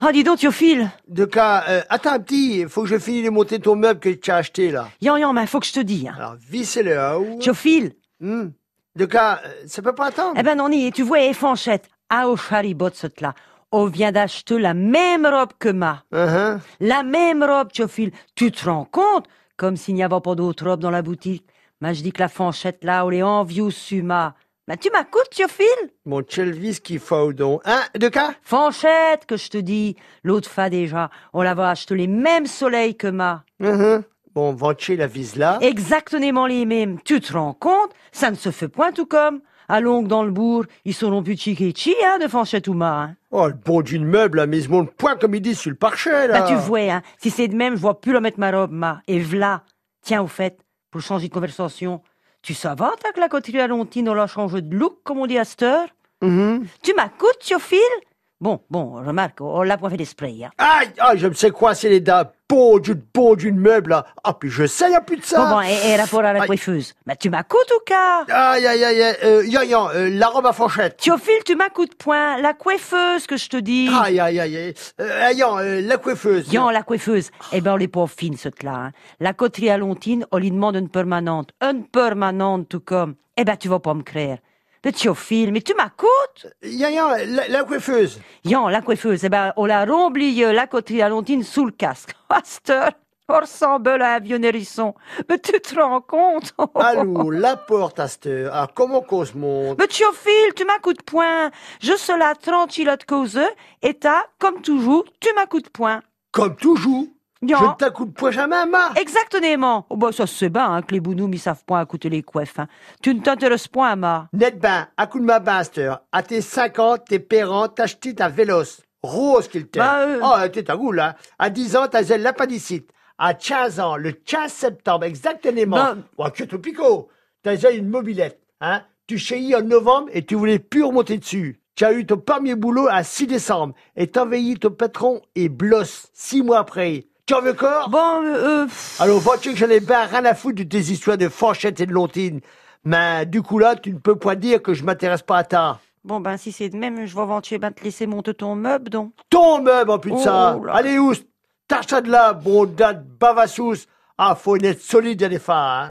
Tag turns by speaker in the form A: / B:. A: Ah, dis donc, Théophile
B: De cas, euh, attends un petit, faut que je finisse de monter ton meuble que tu as acheté là.
A: Yan, yan, mais faut que je te dise. hein.
B: Alors, vissez le haut.
A: Théophile
B: Hmm. De cas, euh, ça peut pas attendre.
A: Eh ben, non, y tu vois, et fanchette. Ah, au charibot, cette là. On vient d'acheter la même robe que ma.
B: Hein, hein.
A: La même robe, Théophile. Tu te rends compte Comme s'il n'y avait pas d'autre robe dans la boutique. Mais je dis que la fanchette là, on est envieux suma. Mais tu m'écoutes, Théophile
B: Mon Chelvis qui faut donc. Hein, de cas
A: Fanchette, que je te dis. L'autre fois déjà, on l'avait acheté les mêmes soleils que ma.
B: Hein, hein. Bon, vancher la vise là.
A: Exactement les mêmes. Tu te rends compte Ça ne se fait point tout comme. À Longue, dans le bourg, ils seront plus chiquichi, hein, de Fanchette ou ma. hein.
B: Oh, le bon d'une meuble, la mise mon point comme il dit sur le parchet là.
A: Bah, tu vois, hein, si c'est de même, je vois plus la mettre ma robe, ma. Et v'là. Tiens, au fait, pour changer de conversation, tu savais, t'as que la coterie à Lontine, on l'a changé de look, comme on dit à cette heure
B: Mhm.
A: Tu m'écoutes, Théophile Bon, bon, remarque, oh, on l'a point fait d'esprit, hein.
B: Aïe, ah, je me sais quoi, c'est les dames. Bon d'une, bon d'une meuble là. Ah, puis je sais, y a plus de ça.
A: Bon, bon, et, et rapport à la
B: Aïe.
A: coiffeuse. Mais tu m'écoutes ou cas
B: Aïe, aïe, aïe, aïe. Euh, yan, yan, euh, la robe à fourchette.
A: Théophile, tu m'écoutes point. La coiffeuse, que je te dis.
B: Aïe, aïe, aïe, aïe. Euh, aïe, yan, euh, la coiffeuse.
A: Yan, la coiffeuse, eh ben, on est pas fine, cette là. Hein. La coterie à Lontine, on lui demande une permanente. Une permanente, tout comme. Eh ben, tu vas pas me créer. Mais Théophile, mais tu m'écoutes
B: Yan, yan, la, la coiffeuse.
A: Yan, la coiffeuse, eh ben, on la remblie, euh, la coterie à Lontine, sous le casque. Pasteur, on ressemble à un vieux hérisson. Mais tu te rends compte
B: Allô, la porte, Aster. Ah, comment qu'on se monte
A: Mais Théophile, tu m'écoutes point. Je cela tranquillote cause, et t'as, comme toujours, tu m'écoutes point.
B: Comme toujours. Je
A: Yan.
B: ne t'accoupe point jamais à ma.
A: Exactement. Oh, bah, ça c'est bien hein, que les bounous ils savent point à coûter les coiffes. hein. Tu ne t'intéresses point à ma.
B: Net bain, à coup de ma bain, Aster. À tes 5 ans, t'es parents t'achetaient ta véloce. Rose qu'il t'aime.
A: Bah, euh.
B: Oh, t'es un goût, là. À 10 ans, t'as zèle l'appendicite. À 15 ans, le 15 septembre, exactement.
A: Bah.
B: Oh, que tout picot. T'as zèle une mobilette, hein. Tu chéis en novembre et tu voulais plus remonter dessus. Tu as eu ton premier boulot à 6 décembre et t'envahis ton patron et blosse 6 mois après. Tu en veux corps?
A: Bon, euh, euh, pff,
B: Alors, vois-tu que j'en ai bien rien à foutre de tes histoires de fourchettes et de lontines. Mais du coup, là, tu ne peux pas dire que je m'intéresse pas à ta.
A: bon ben si c'est de même, je vais éventuellement te laisser monter ton meuble donc.
B: Ton meuble, en plus de ça.
A: Oh là.
B: Allez, oust. Tâche de là, bon date, bavassous. Ah, faut être solide, les femmes, hein.